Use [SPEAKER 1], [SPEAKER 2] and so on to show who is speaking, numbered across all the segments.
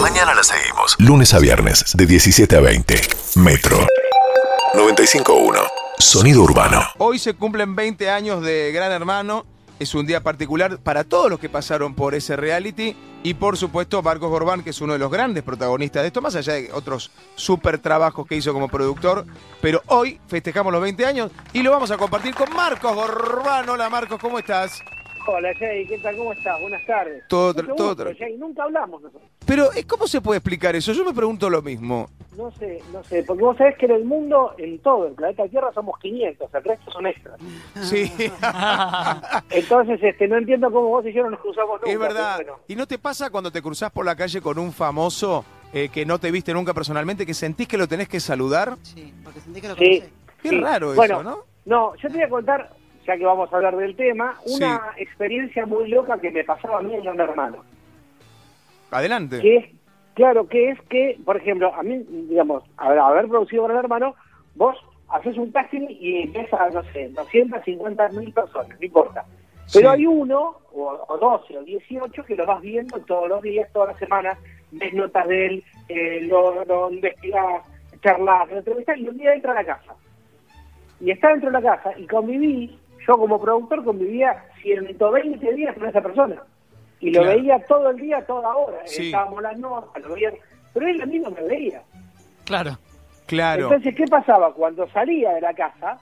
[SPEAKER 1] Mañana la seguimos. Lunes a viernes, de 17 a 20. Metro. 95.1. Sonido urbano.
[SPEAKER 2] Hoy se cumplen 20 años de Gran Hermano. Es un día particular para todos los que pasaron por ese reality. Y por supuesto, Marcos Gorbán, que es uno de los grandes protagonistas de esto, más allá de otros super trabajos que hizo como productor. Pero hoy festejamos los 20 años y lo vamos a compartir con Marcos Gorbán. Hola Marcos, ¿cómo estás?
[SPEAKER 3] Hola Jay, ¿qué tal? ¿Cómo estás? Buenas tardes.
[SPEAKER 2] Todo
[SPEAKER 3] Mucho
[SPEAKER 2] tra- todo
[SPEAKER 3] gusto,
[SPEAKER 2] tra-
[SPEAKER 3] Jay, nunca hablamos nosotros.
[SPEAKER 2] Pero, eh, ¿cómo se puede explicar eso? Yo me pregunto lo mismo.
[SPEAKER 3] No sé, no sé, porque vos sabés que en el mundo, en todo, el planeta Tierra, somos 500, el resto son extras.
[SPEAKER 2] Sí,
[SPEAKER 3] Entonces, este, no entiendo cómo vos y yo no nos cruzamos nunca.
[SPEAKER 2] es verdad.
[SPEAKER 3] pero bueno.
[SPEAKER 2] ¿Y no te pasa cuando te cruzás por la calle con un famoso eh, que no te viste nunca personalmente, que sentís que lo tenés que saludar?
[SPEAKER 4] Sí, porque sentí que lo
[SPEAKER 3] Sí.
[SPEAKER 4] conocí.
[SPEAKER 2] Qué
[SPEAKER 3] Sí.
[SPEAKER 2] raro
[SPEAKER 3] Bueno,
[SPEAKER 2] eso, ¿no?
[SPEAKER 3] No, yo te voy a contar, ya que vamos a hablar del tema, una experiencia muy loca que me pasaba a mí en Gran Hermano.
[SPEAKER 2] Adelante.
[SPEAKER 3] Que es, claro, que es que, por ejemplo, a mí, digamos, al haber producido Gran Hermano, vos haces un casting y ves a, no sé, 250 mil personas, no importa. Pero
[SPEAKER 2] Sí.
[SPEAKER 3] hay uno, o, o 12 o 18, que lo vas viendo todos los días, todas las semanas, ves notas de él, eh, lo, lo investigás, charlas, lo entrevistás y un día entra a la casa. Y está dentro de la casa y conviví, yo como productor convivía 120 días con esa persona. Y lo
[SPEAKER 2] Claro.
[SPEAKER 3] veía todo el día, toda hora.
[SPEAKER 2] Sí.
[SPEAKER 3] Estábamos las notas, lo veía. Pero él a mí no me veía.
[SPEAKER 5] Claro.
[SPEAKER 2] Claro.
[SPEAKER 3] Entonces, ¿qué pasaba? Cuando salía de la casa,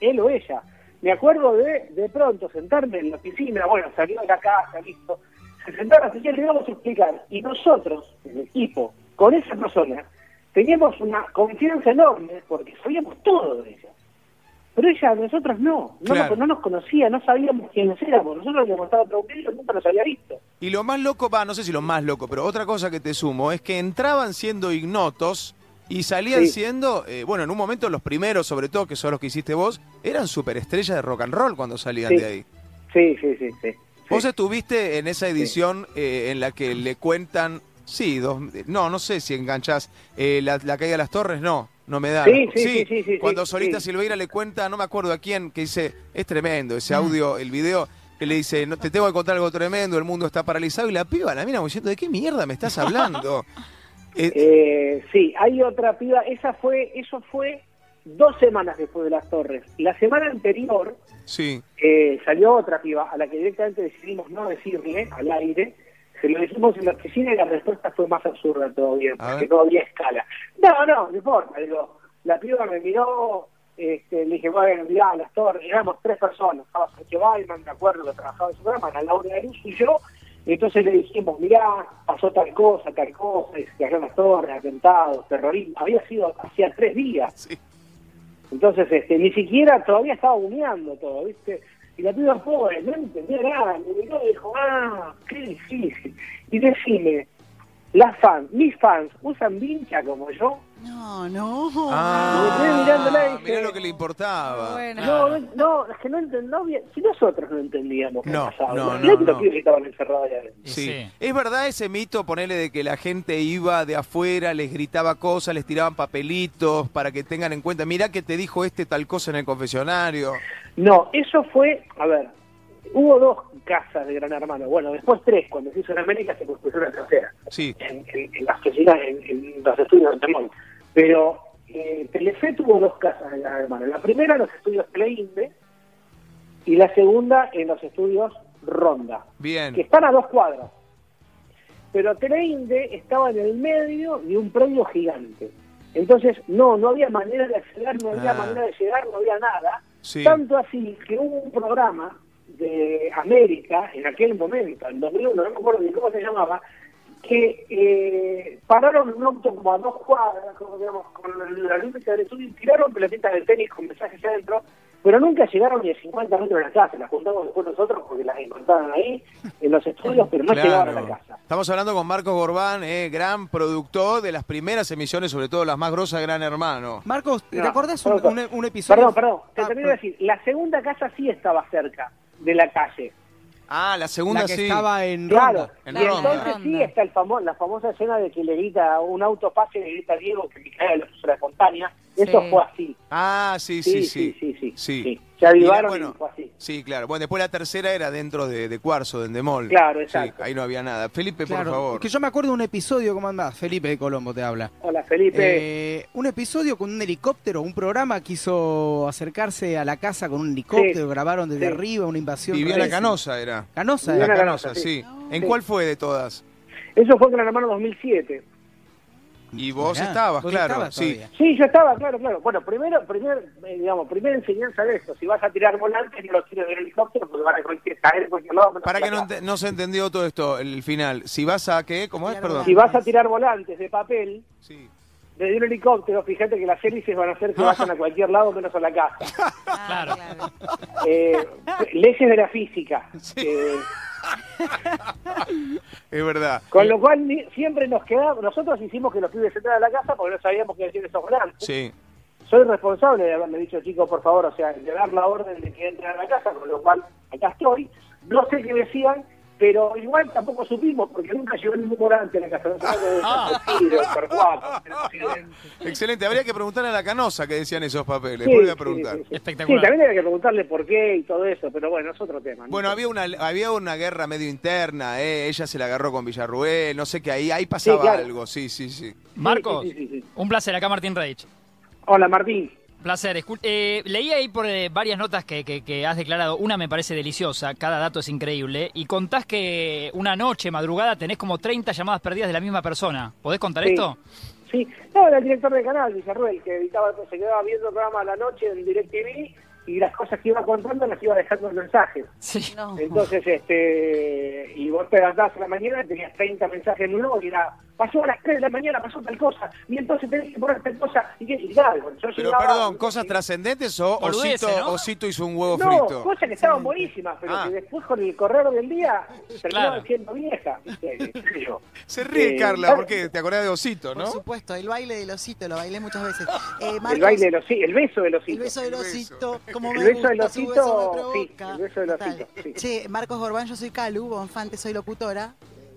[SPEAKER 3] él o ella, me acuerdo de de pronto sentarme en la piscina, bueno, salió de la casa, listo, se sentó en la piscina y le íbamos a explicar. Y nosotros, el equipo, con esa persona, teníamos una confianza enorme porque sabíamos todo de ella. Pero ella, nosotros no, no,
[SPEAKER 2] Claro.
[SPEAKER 3] nos, no nos conocía, no sabíamos quiénes éramos, nosotros le hemos estado preguntando, nunca nos había visto.
[SPEAKER 2] Y lo más loco, va, no sé si lo más loco, pero otra cosa que te sumo es que entraban siendo ignotos y salían
[SPEAKER 3] Sí.
[SPEAKER 2] siendo, eh, bueno, en un momento los primeros, sobre todo, que son los que hiciste vos, eran superestrellas de rock and roll cuando salían
[SPEAKER 3] Sí.
[SPEAKER 2] de ahí.
[SPEAKER 3] Sí, sí, sí, sí.
[SPEAKER 2] Vos estuviste en esa edición eh, en la que le cuentan, sí, dos, no, no sé si enganchás, eh, la, la caída de las torres, no, no me da.
[SPEAKER 3] Sí, sí, sí, sí, sí,
[SPEAKER 2] cuando
[SPEAKER 3] sí,
[SPEAKER 2] Solita
[SPEAKER 3] sí.
[SPEAKER 2] Silveira le cuenta, no me acuerdo a quién, que dice, es tremendo ese
[SPEAKER 3] Mm.
[SPEAKER 2] audio, el video, que le dice, no, te tengo que contar algo tremendo, el mundo está paralizado, y la piba, la mira, como diciendo, ¿de qué mierda me estás hablando? Eh,
[SPEAKER 3] Eh, sí, hay otra piba, esa fue, eso fue dos semanas después de las torres. La semana anterior
[SPEAKER 2] sí,
[SPEAKER 3] eh, salió otra piba a la que directamente decidimos no decirle al aire, se lo dijimos en la oficina y la respuesta fue más absurda todavía,
[SPEAKER 2] A
[SPEAKER 3] porque
[SPEAKER 2] ver.
[SPEAKER 3] no había escala. No, no, no importa, digo, la piba me miró, este, le dije, bueno, mirá, las torres, éramos tres personas, estaba Sergio Balman, me acuerdo que trabajaba en su programa, la Laura de Luz y yo, entonces le dijimos, mirá, pasó tal cosa, tal cosa, y se cayó las torres, atentados, terrorismo, había sido hacía tres días.
[SPEAKER 2] sí.
[SPEAKER 3] Entonces, este, ni siquiera todavía estaba humeando todo, ¿viste? Y la piba pobre, no entendía nada, me miró y dijo, ah, qué difícil. Y decime, las fans, mis fans, usan vincha como yo.
[SPEAKER 4] No, no.
[SPEAKER 6] Ah,
[SPEAKER 3] Me quedé mirándola y
[SPEAKER 2] Ah,
[SPEAKER 3] dije-
[SPEAKER 2] mirá lo que le importaba.
[SPEAKER 4] Bueno.
[SPEAKER 3] No, no, no, es que no entendía bien. Si nosotros no entendíamos qué
[SPEAKER 2] No,
[SPEAKER 3] pasaba.
[SPEAKER 2] no,
[SPEAKER 3] Mirá
[SPEAKER 2] no,
[SPEAKER 3] que los
[SPEAKER 2] no.
[SPEAKER 3] pibes que estaban encerrados ahí adentro.
[SPEAKER 5] Y
[SPEAKER 2] Sí.
[SPEAKER 5] sí.
[SPEAKER 2] ¿Es verdad ese mito, ponerle de que la gente iba de afuera, les gritaba cosas, les tiraban papelitos para que tengan en cuenta, mirá que te dijo este tal cosa en el confesionario?
[SPEAKER 3] No, eso fue, a ver, hubo dos casas de Gran Hermano. Bueno, después tres, cuando se hizo en América se construyó una tercera.
[SPEAKER 2] Sí,
[SPEAKER 3] en, en- en las oficinas, en, en los estudios de Temón. Pero eh, Telefe tuvo dos casas en la hermana. La primera en los estudios Pleinde y la segunda en los estudios Ronda, que
[SPEAKER 2] bien.
[SPEAKER 3] están a dos cuadras. Pero Teleinde estaba en el medio de un predio gigante. Entonces, no, no había manera de acceder, no había
[SPEAKER 2] Ah.
[SPEAKER 3] manera de llegar, no había nada.
[SPEAKER 2] Sí.
[SPEAKER 3] Tanto así que hubo un programa de América en aquel momento, en 2001, no me acuerdo ni cómo se llamaba, que eh, pararon un auto como a dos cuadras, como digamos, con la luz del estudio y tiraron pelotitas de tenis con mensajes adentro, pero nunca llegaron ni a 50 metros de la casa, las juntamos después nosotros porque las encontraron ahí, en los estudios, pero no llegaron a la
[SPEAKER 2] Claro.
[SPEAKER 3] casa.
[SPEAKER 2] Estamos hablando con Marcos Gorbán, eh, gran productor de las primeras emisiones, sobre todo las más grosas, Gran Hermano.
[SPEAKER 5] Marcos, ¿te
[SPEAKER 3] No,
[SPEAKER 5] acordás un,
[SPEAKER 3] perdón,
[SPEAKER 5] un- un episodio?
[SPEAKER 3] Perdón, perdón, te
[SPEAKER 5] Ah,
[SPEAKER 3] termino de decir, la segunda casa sí estaba cerca de la calle.
[SPEAKER 2] Ah, la segunda
[SPEAKER 5] La que
[SPEAKER 2] sí.
[SPEAKER 5] estaba en
[SPEAKER 3] Claro,
[SPEAKER 5] Ronda.
[SPEAKER 2] En
[SPEAKER 3] y
[SPEAKER 2] Ronda.
[SPEAKER 3] entonces sí
[SPEAKER 4] Ronda.
[SPEAKER 3] está el famo- la famosa escena de que le grita un auto pase y le grita a Diego que Micaela lo puso la espontánea. Eso
[SPEAKER 4] Sí.
[SPEAKER 3] fue así.
[SPEAKER 2] Ah, sí, sí,
[SPEAKER 3] Sí,
[SPEAKER 2] sí.
[SPEAKER 3] sí, sí, sí, sí. Se avivaron
[SPEAKER 2] bueno,
[SPEAKER 3] y fue así.
[SPEAKER 2] Sí, claro. Bueno, después la tercera era dentro de, de Cuarzo, de Endemol.
[SPEAKER 3] Claro,
[SPEAKER 2] Sí,
[SPEAKER 3] exacto.
[SPEAKER 2] ahí no había nada. Felipe,
[SPEAKER 5] Claro,
[SPEAKER 2] por favor.
[SPEAKER 5] que yo me acuerdo de un episodio, ¿cómo andás? Felipe de Colombo te habla.
[SPEAKER 3] Hola, Felipe.
[SPEAKER 5] Eh, un episodio con un helicóptero, un programa quiso acercarse a la casa con un helicóptero,
[SPEAKER 3] Sí,
[SPEAKER 5] grabaron desde
[SPEAKER 3] sí.
[SPEAKER 5] arriba una invasión.
[SPEAKER 2] Viviana
[SPEAKER 5] rarísima.
[SPEAKER 2] Canosa era.
[SPEAKER 5] Canosa,
[SPEAKER 2] La
[SPEAKER 3] Viviana
[SPEAKER 5] era.
[SPEAKER 2] Canosa,
[SPEAKER 3] Canosa,
[SPEAKER 2] sí.
[SPEAKER 3] sí.
[SPEAKER 2] ¿En
[SPEAKER 3] Sí.
[SPEAKER 2] cuál fue de todas?
[SPEAKER 3] Eso fue Gran Hermano 2007.
[SPEAKER 2] Y vos
[SPEAKER 5] Mirá,
[SPEAKER 2] estabas,
[SPEAKER 5] Ah, vos
[SPEAKER 2] claro.
[SPEAKER 5] estabas
[SPEAKER 2] sí.
[SPEAKER 5] todavía.
[SPEAKER 3] Sí, yo estaba, claro, claro. Bueno, primero, primero eh, digamos, primera enseñanza de esto. Si vas a tirar volantes, no los tires del helicóptero porque van a cualquier- caer en cualquier lado. menos
[SPEAKER 2] Para que
[SPEAKER 3] acá.
[SPEAKER 2] no, ente- no se entendió todo esto, el final. Si vas a qué, ¿cómo es?
[SPEAKER 4] Claro,
[SPEAKER 2] Perdón.
[SPEAKER 3] Si vas a tirar volantes de papel
[SPEAKER 2] Sí.
[SPEAKER 3] desde un helicóptero, fíjate que las hélices van a hacer que vayan a cualquier lado menos a la casa.
[SPEAKER 4] Ah, claro.
[SPEAKER 3] Eh, leyes de la física. Eh,
[SPEAKER 2] Es verdad.
[SPEAKER 3] con lo cual ni- siempre nos quedamos, nosotros hicimos que los pibes entraran a la casa porque no sabíamos qué decir esos volantes.
[SPEAKER 2] Sí.
[SPEAKER 3] soy responsable de haberle dicho, chicos, por favor, o sea, de dar la orden de que entren a la casa, con lo cual acá estoy. No sé qué decían, pero igual tampoco supimos, porque nunca llegó ningún morante a la casa. No
[SPEAKER 2] Ah.
[SPEAKER 3] sabemos si era por tiro, por cuatro, no tenemos idea.
[SPEAKER 2] Excelente. Habría que preguntarle a la Canosa que decían esos papeles.
[SPEAKER 3] Sí,
[SPEAKER 2] Vuelve a
[SPEAKER 3] sí,
[SPEAKER 2] preguntar.
[SPEAKER 3] sí, sí.
[SPEAKER 6] Espectacular.
[SPEAKER 3] Sí, también había que preguntarle por qué y todo eso, pero bueno, es otro tema. ¿no?
[SPEAKER 2] Bueno, había una, había una guerra medio interna, ¿eh? ella se la agarró con Villarruel, no sé qué, ahí, ahí pasaba
[SPEAKER 3] claro.
[SPEAKER 2] algo, sí, sí, sí.
[SPEAKER 6] Marcos,
[SPEAKER 3] Sí, sí, sí, sí.
[SPEAKER 6] un placer. Acá Martín Reich.
[SPEAKER 3] Hola, Martín.
[SPEAKER 6] Placer. Escu- eh, leí ahí por eh, varias notas que, que- que has declarado. Una me parece deliciosa, cada dato es increíble. Y contás que una noche, madrugada, tenés como 30 llamadas perdidas de la misma persona. ¿Podés contar
[SPEAKER 3] Sí.
[SPEAKER 6] esto?
[SPEAKER 3] Sí, no, era el director del canal, Villarruel, que editaba, se quedaba viendo el programa a la noche en DirecTV y las cosas que iba contando las iba dejando en mensajes.
[SPEAKER 6] Sí.
[SPEAKER 4] No.
[SPEAKER 3] Entonces, este, y vos te levantás a la mañana, tenías 30 mensajes en uno y era, pasó a las 3 de la mañana, pasó tal cosa, y entonces tenés que poner tal cosa, y que, y claro, yo
[SPEAKER 2] Pero
[SPEAKER 3] llegaba-
[SPEAKER 2] perdón, ¿cosas trascendentes o
[SPEAKER 6] Boludeces,
[SPEAKER 2] Osito,
[SPEAKER 6] ¿no?
[SPEAKER 2] Osito hizo un huevo
[SPEAKER 3] No, pues,
[SPEAKER 2] frito?
[SPEAKER 3] cosas que estaban buenísimas, pero
[SPEAKER 2] Ah.
[SPEAKER 3] que después con el correr del día terminaban
[SPEAKER 6] Claro.
[SPEAKER 3] siendo viejas, ¿viste? qué sé yo.
[SPEAKER 2] Se ríe
[SPEAKER 3] Eh,
[SPEAKER 2] Carla,
[SPEAKER 3] claro.
[SPEAKER 2] porque te acordás de Osito,
[SPEAKER 4] Por
[SPEAKER 2] ¿no?
[SPEAKER 4] supuesto, el baile del osito, lo bailé muchas veces. Eh,
[SPEAKER 3] El
[SPEAKER 4] Marcos,
[SPEAKER 3] baile de los el beso de los
[SPEAKER 4] el beso del
[SPEAKER 2] El beso.
[SPEAKER 4] osito, como me
[SPEAKER 3] El beso del
[SPEAKER 4] gusta, su
[SPEAKER 3] osito,
[SPEAKER 4] beso me
[SPEAKER 3] sí,
[SPEAKER 4] provoca.
[SPEAKER 3] el beso del
[SPEAKER 4] Total.
[SPEAKER 3] osito, sí.
[SPEAKER 4] Che, Marcos Gorbán, yo soy Calu, Bonfante, soy locutora.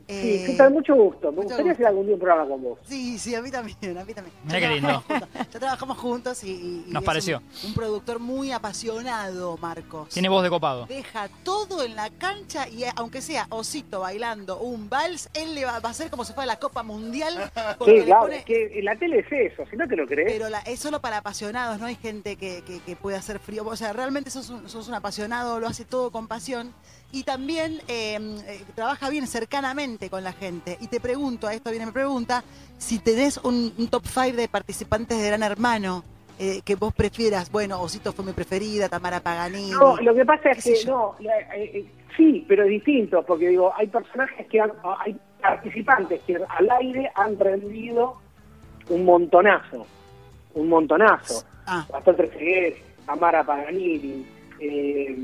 [SPEAKER 3] Sí,
[SPEAKER 4] Eh,
[SPEAKER 3] ¿qué tal? Mucho gusto. Me
[SPEAKER 4] mucho
[SPEAKER 3] gustaría
[SPEAKER 4] gusto.
[SPEAKER 3] hacer algún día un programa con vos.
[SPEAKER 4] Sí, sí, a mí también, a mí también. Ya
[SPEAKER 6] Mirá qué
[SPEAKER 4] trabajamos juntos, Ya trabajamos juntos y... y- y
[SPEAKER 6] Nos
[SPEAKER 4] es
[SPEAKER 6] pareció.
[SPEAKER 4] Un, un productor muy apasionado, Marcos.
[SPEAKER 6] Tiene voz de copado.
[SPEAKER 4] Deja todo en la cancha y eh, aunque sea Osito bailando un vals, él le va, va a hacer como si fuera la Copa Mundial. porque
[SPEAKER 3] Sí,
[SPEAKER 4] le
[SPEAKER 3] claro,
[SPEAKER 4] pone-
[SPEAKER 3] es que en la tele es eso, si no te lo crees.
[SPEAKER 4] Pero la- es solo para apasionados, no hay gente que, que, que pueda hacer frío. O sea, realmente sos un, sos un apasionado, lo hace todo con pasión. Y también eh, eh, trabaja bien cercanamente con la gente. Y te pregunto, a esto viene mi pregunta, si tenés un, un top 5 de participantes de Gran Hermano eh, que vos prefieras. Bueno, Osito fue mi preferida, Tamara Paganini.
[SPEAKER 3] No, lo que pasa es
[SPEAKER 4] qué
[SPEAKER 3] que,
[SPEAKER 4] sé
[SPEAKER 3] no, la- eh, eh, sí, pero es distinto, porque digo, hay personajes que han, hay participantes que al aire han rendido un montonazo, un montonazo.
[SPEAKER 4] Ah,
[SPEAKER 3] Gastón Trezeguet, Amara Paganini, eh,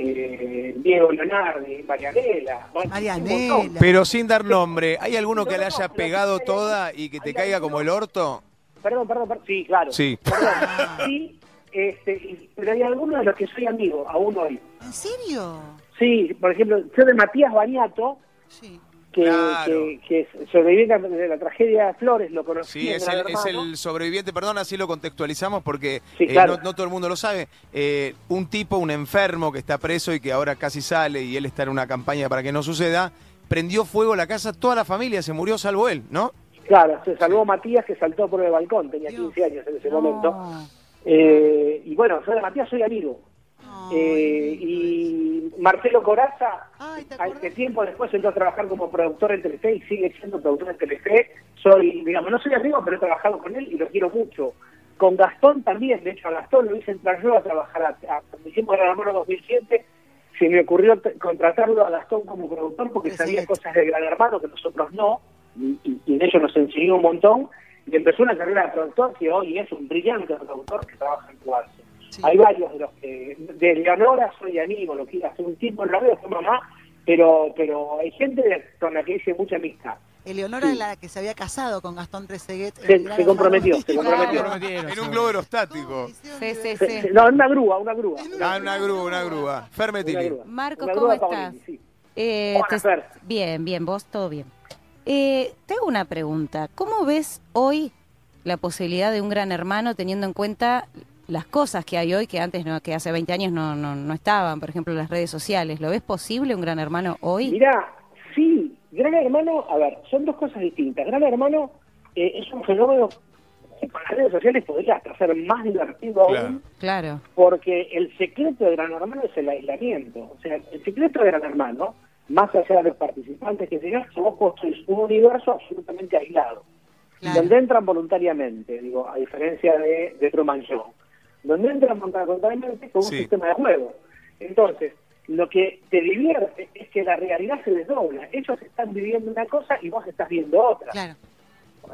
[SPEAKER 3] eh, Diego Leonardi, Marianela. bueno, un
[SPEAKER 4] Marianela.
[SPEAKER 3] montón.
[SPEAKER 2] Pero sin dar nombre, ¿hay alguno que le
[SPEAKER 3] No,
[SPEAKER 2] haya
[SPEAKER 3] no,
[SPEAKER 2] pegado
[SPEAKER 3] pero-
[SPEAKER 2] toda y que te
[SPEAKER 3] Hay
[SPEAKER 2] caiga
[SPEAKER 3] alguno-
[SPEAKER 2] como el orto?
[SPEAKER 3] Perdón, perdón, perdón, sí, claro.
[SPEAKER 2] Sí.
[SPEAKER 3] Perdón,
[SPEAKER 4] Ah.
[SPEAKER 3] sí, este, y- pero hay algunos de los que soy amigo, aún hoy.
[SPEAKER 4] ¿en serio?
[SPEAKER 3] Sí, por ejemplo, yo de Matías Baniato,
[SPEAKER 4] Sí.
[SPEAKER 3] que,
[SPEAKER 2] Claro.
[SPEAKER 3] que, que sobrevivió a la tragedia de Flores, lo conocí.
[SPEAKER 2] Sí,
[SPEAKER 3] en
[SPEAKER 2] es
[SPEAKER 3] Gran
[SPEAKER 2] el, es
[SPEAKER 3] Hermano.
[SPEAKER 2] el sobreviviente, perdón, así lo contextualizamos porque
[SPEAKER 3] Sí,
[SPEAKER 2] eh,
[SPEAKER 3] claro.
[SPEAKER 2] no, no todo el mundo lo sabe. Eh, un tipo, un enfermo que está preso y que ahora casi sale y él está en una campaña para que no suceda, prendió fuego la casa, toda la familia se murió salvo él, ¿no?
[SPEAKER 3] Claro, se salvó Matías que saltó por el balcón, tenía
[SPEAKER 4] Dios.
[SPEAKER 3] 15 años en ese
[SPEAKER 4] No.
[SPEAKER 3] momento. Eh, y bueno, yo de Matías soy amigo.
[SPEAKER 4] Ay,
[SPEAKER 3] Eh, y Marcelo Coraza,
[SPEAKER 4] Ay, ¿te acordás?
[SPEAKER 3] este tiempo después entró a trabajar como productor en Telefe y sigue siendo productor en Telefe. Soy, digamos, no soy amigo, pero he trabajado con él y lo quiero mucho. Con Gastón también, de hecho, a Gastón lo hice entrar yo a trabajar. A, a, cuando hicimos el Hermano 2007, se me ocurrió t- contratarlo a Gastón como productor porque sabía
[SPEAKER 4] Excelente.
[SPEAKER 3] cosas de Gran Hermano que nosotros no, y, y- y en ello nos enseñó un montón. Y empezó una carrera de productor que hoy es un brillante productor que trabaja en Cuarzo.
[SPEAKER 4] Sí.
[SPEAKER 3] Hay varios de los que. De Leonora soy amigo, lo que hace un tiempo en la veo, fue mamá, pero, pero hay gente de- con la que hice mucha amistad.
[SPEAKER 4] Eleonora
[SPEAKER 3] Sí.
[SPEAKER 4] es la que se había casado con Gastón Trezeguet.
[SPEAKER 3] Se-
[SPEAKER 4] el gran
[SPEAKER 3] se comprometió,
[SPEAKER 4] hermano.
[SPEAKER 3] se comprometió.
[SPEAKER 5] Prometieron,
[SPEAKER 2] en un
[SPEAKER 5] seguro.
[SPEAKER 2] globo
[SPEAKER 4] ¿Cómo
[SPEAKER 2] aerostático.
[SPEAKER 4] hicieron
[SPEAKER 7] Sí,
[SPEAKER 4] de-
[SPEAKER 3] Se-
[SPEAKER 7] sí, sí.
[SPEAKER 3] se- Eh, No, en una grúa, una grúa.
[SPEAKER 4] En
[SPEAKER 2] Ah, una grúa, una grúa.
[SPEAKER 3] Una
[SPEAKER 2] Fermetini.
[SPEAKER 3] grúa.
[SPEAKER 7] Marcos,
[SPEAKER 3] Una
[SPEAKER 7] ¿cómo
[SPEAKER 3] grúa Paolini,
[SPEAKER 7] estás?
[SPEAKER 3] sí.
[SPEAKER 7] Eh,
[SPEAKER 3] Hola,
[SPEAKER 7] te-
[SPEAKER 3] Fer.
[SPEAKER 7] Bien, bien, vos, todo bien. Eh, te hago una pregunta. ¿Cómo ves hoy la posibilidad de un gran hermano teniendo en cuenta las cosas que hay hoy que antes, no, que hace 20 años no, no, no estaban, por ejemplo, las redes sociales. ¿Lo ves posible un gran hermano hoy?
[SPEAKER 3] Mirá, sí, Gran Hermano, a ver, son dos cosas distintas. Gran Hermano eh, es un fenómeno que con las redes sociales podría hasta ser más divertido aún,
[SPEAKER 2] Claro.
[SPEAKER 7] Claro,
[SPEAKER 3] porque el secreto de Gran Hermano es el aislamiento. O sea, el secreto de Gran Hermano, más allá de los participantes que tengas, vos construís un universo absolutamente aislado,
[SPEAKER 4] Claro.
[SPEAKER 3] donde entran voluntariamente, digo, a diferencia de, de Truman Show, donde entran voluntariamente con un
[SPEAKER 2] Sí.
[SPEAKER 3] sistema de juego. Entonces, lo que te divierte es que la realidad se desdobla. Ellos están viviendo una cosa y vos estás viendo otra.
[SPEAKER 4] Claro.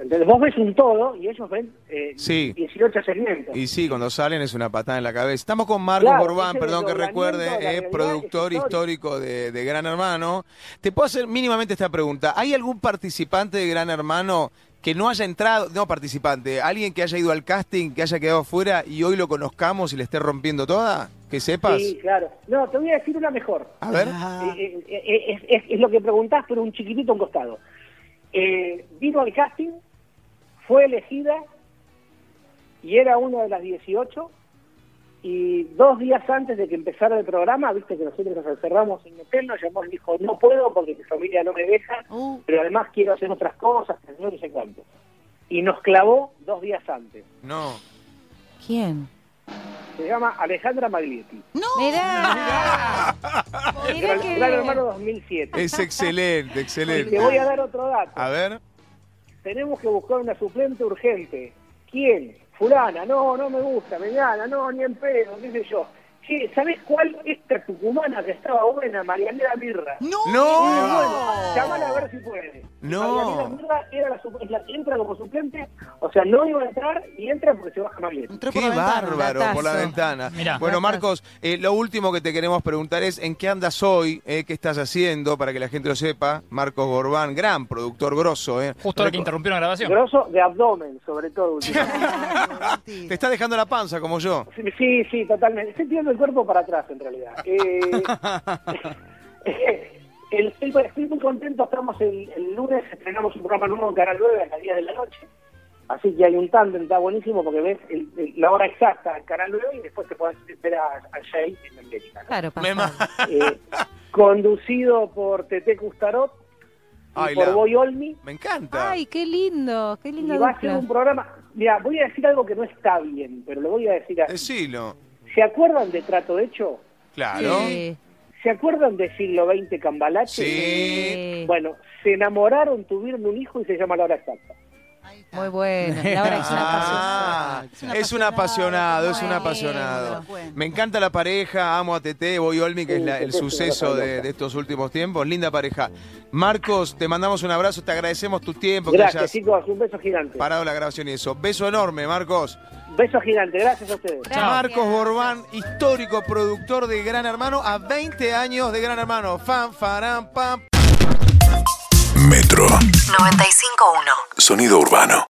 [SPEAKER 3] Entonces vos ves un todo y ellos ven eh,
[SPEAKER 2] Sí.
[SPEAKER 3] 18 segmentos.
[SPEAKER 2] Y sí, cuando salen es una patada en la cabeza. Estamos con Marcos
[SPEAKER 3] Claro,
[SPEAKER 2] Borbán,
[SPEAKER 3] ese
[SPEAKER 2] perdón que
[SPEAKER 3] desdoblamiento de la
[SPEAKER 2] recuerde, es
[SPEAKER 3] realidad
[SPEAKER 2] productor
[SPEAKER 3] es
[SPEAKER 2] histórico de, de Gran Hermano. Te puedo hacer mínimamente esta pregunta. ¿Hay algún participante de Gran Hermano que no haya entrado, no participante, alguien que haya ido al casting, que haya quedado fuera y hoy lo conozcamos y le esté rompiendo toda? Que sepas.
[SPEAKER 3] Sí, claro. No, te voy a decir una mejor.
[SPEAKER 2] A ver.
[SPEAKER 4] Ah,
[SPEAKER 3] Eh, eh, eh, es, es- es lo que preguntás, pero un chiquitito a un costado. Eh, vino al casting, fue elegida y era una de las 18. Y dos días antes de que empezara el programa, viste que nosotros nos encerramos en un hotel, nos llamó y dijo: No puedo porque mi familia no me deja,
[SPEAKER 4] uh,
[SPEAKER 3] pero además quiero hacer otras cosas, que no sé cuánto. Y nos clavó dos días antes.
[SPEAKER 2] No.
[SPEAKER 7] ¿quién?
[SPEAKER 3] Se llama Alejandra Maglietti.
[SPEAKER 4] ¡Oh!
[SPEAKER 7] Mirá, mirá
[SPEAKER 3] Gran
[SPEAKER 7] qué
[SPEAKER 3] Gran
[SPEAKER 7] bien. Eh,
[SPEAKER 3] hermano 2007.
[SPEAKER 2] Es excelente,
[SPEAKER 3] Y
[SPEAKER 2] excelente.
[SPEAKER 3] Te voy a dar otro dato.
[SPEAKER 2] A ver.
[SPEAKER 3] tenemos que buscar una suplente urgente. ¿Quién? Fulana, no, no me gusta, Mengana, no, ni en pedo, qué sé yo. Che, ¿sabés cuál? Esta tucumana que estaba buena, Marianela Mirra.
[SPEAKER 4] no.
[SPEAKER 3] Muy
[SPEAKER 2] No.
[SPEAKER 3] bueno, llamala a ver si puede.
[SPEAKER 2] No.
[SPEAKER 3] Marianela Mirra era la, su- es la que entra como suplente, o sea, no iba a entrar y entra porque se baja Marianela.
[SPEAKER 4] Entró por
[SPEAKER 2] Qué
[SPEAKER 4] la ventana.
[SPEAKER 2] bárbaro, por la
[SPEAKER 7] Datazo.
[SPEAKER 2] ventana.
[SPEAKER 6] Mirá.
[SPEAKER 2] bueno,
[SPEAKER 7] Datazo.
[SPEAKER 2] Marcos, eh, lo último que te queremos preguntar es en qué andas hoy, eh, qué estás haciendo, para que la gente lo sepa. Marcos Borbán, gran productor grosso. Eh.
[SPEAKER 6] Justo ahora
[SPEAKER 2] Reco-
[SPEAKER 6] que interrumpieron la grabación.
[SPEAKER 3] Grosso de abdomen, sobre todo. últimamente.
[SPEAKER 4] Ah, mentira.
[SPEAKER 2] Te está dejando la panza, como yo.
[SPEAKER 3] Sí, Sí, sí, totalmente. Estoy tirando el cuerpo para atrás, en realidad. Eh, el- estoy, estoy muy contento. Estamos el, el lunes, estrenamos un programa nuevo en Canal 9 a las 10 de la noche. Así que hay un tándem, está buenísimo porque ves el- el- la hora exacta en Canal 9 y después te puedes ver a, a Jay en América. ¿no?
[SPEAKER 7] Claro,
[SPEAKER 2] Me
[SPEAKER 7] pasó.
[SPEAKER 2] ma-
[SPEAKER 3] Eh, conducido por Tete Custarot y
[SPEAKER 2] Ay,
[SPEAKER 3] por
[SPEAKER 2] la-
[SPEAKER 3] Boy Olmi.
[SPEAKER 2] Me encanta.
[SPEAKER 7] Ay, qué lindo, qué lindo
[SPEAKER 3] Y va a ser
[SPEAKER 7] dupla.
[SPEAKER 3] un programa. Mira, voy a decir algo que no está bien, pero lo voy a decir así.
[SPEAKER 2] Decilo.
[SPEAKER 3] ¿Se acuerdan de Trato Hecho?
[SPEAKER 2] Claro.
[SPEAKER 7] Sí.
[SPEAKER 3] ¿Se acuerdan de siglo XX Cambalache?
[SPEAKER 2] Sí.
[SPEAKER 3] Bueno, se enamoraron, tuvieron un hijo y se llama la hora exacta.
[SPEAKER 4] Ahí está.
[SPEAKER 7] Muy bueno. Y ahora es una
[SPEAKER 2] Ah,
[SPEAKER 7] pasión.
[SPEAKER 2] es un apasionado, es un
[SPEAKER 7] Bueno,
[SPEAKER 2] apasionado.
[SPEAKER 4] bueno.
[SPEAKER 2] Me encanta la pareja, amo a Tete, Boy Olmi, que es
[SPEAKER 3] Sí,
[SPEAKER 2] la-
[SPEAKER 3] Tete
[SPEAKER 2] el
[SPEAKER 3] es una
[SPEAKER 2] suceso
[SPEAKER 3] cosa
[SPEAKER 2] de,
[SPEAKER 3] loca.
[SPEAKER 2] de estos últimos tiempos. Linda pareja. Marcos, te mandamos un abrazo, te agradecemos tu tiempo, que
[SPEAKER 3] Gracias,
[SPEAKER 2] hayas
[SPEAKER 3] chicos. Un beso gigante.
[SPEAKER 2] parado la grabación y eso. Beso enorme, Marcos.
[SPEAKER 3] Beso gigante. Gracias a ustedes.
[SPEAKER 7] Gracias.
[SPEAKER 2] Marcos Borbán, histórico productor de Gran Hermano, a 20 años de Gran Hermano. Fan, farán, pam.
[SPEAKER 1] Metro.
[SPEAKER 8] 95.1.
[SPEAKER 1] Sonido urbano.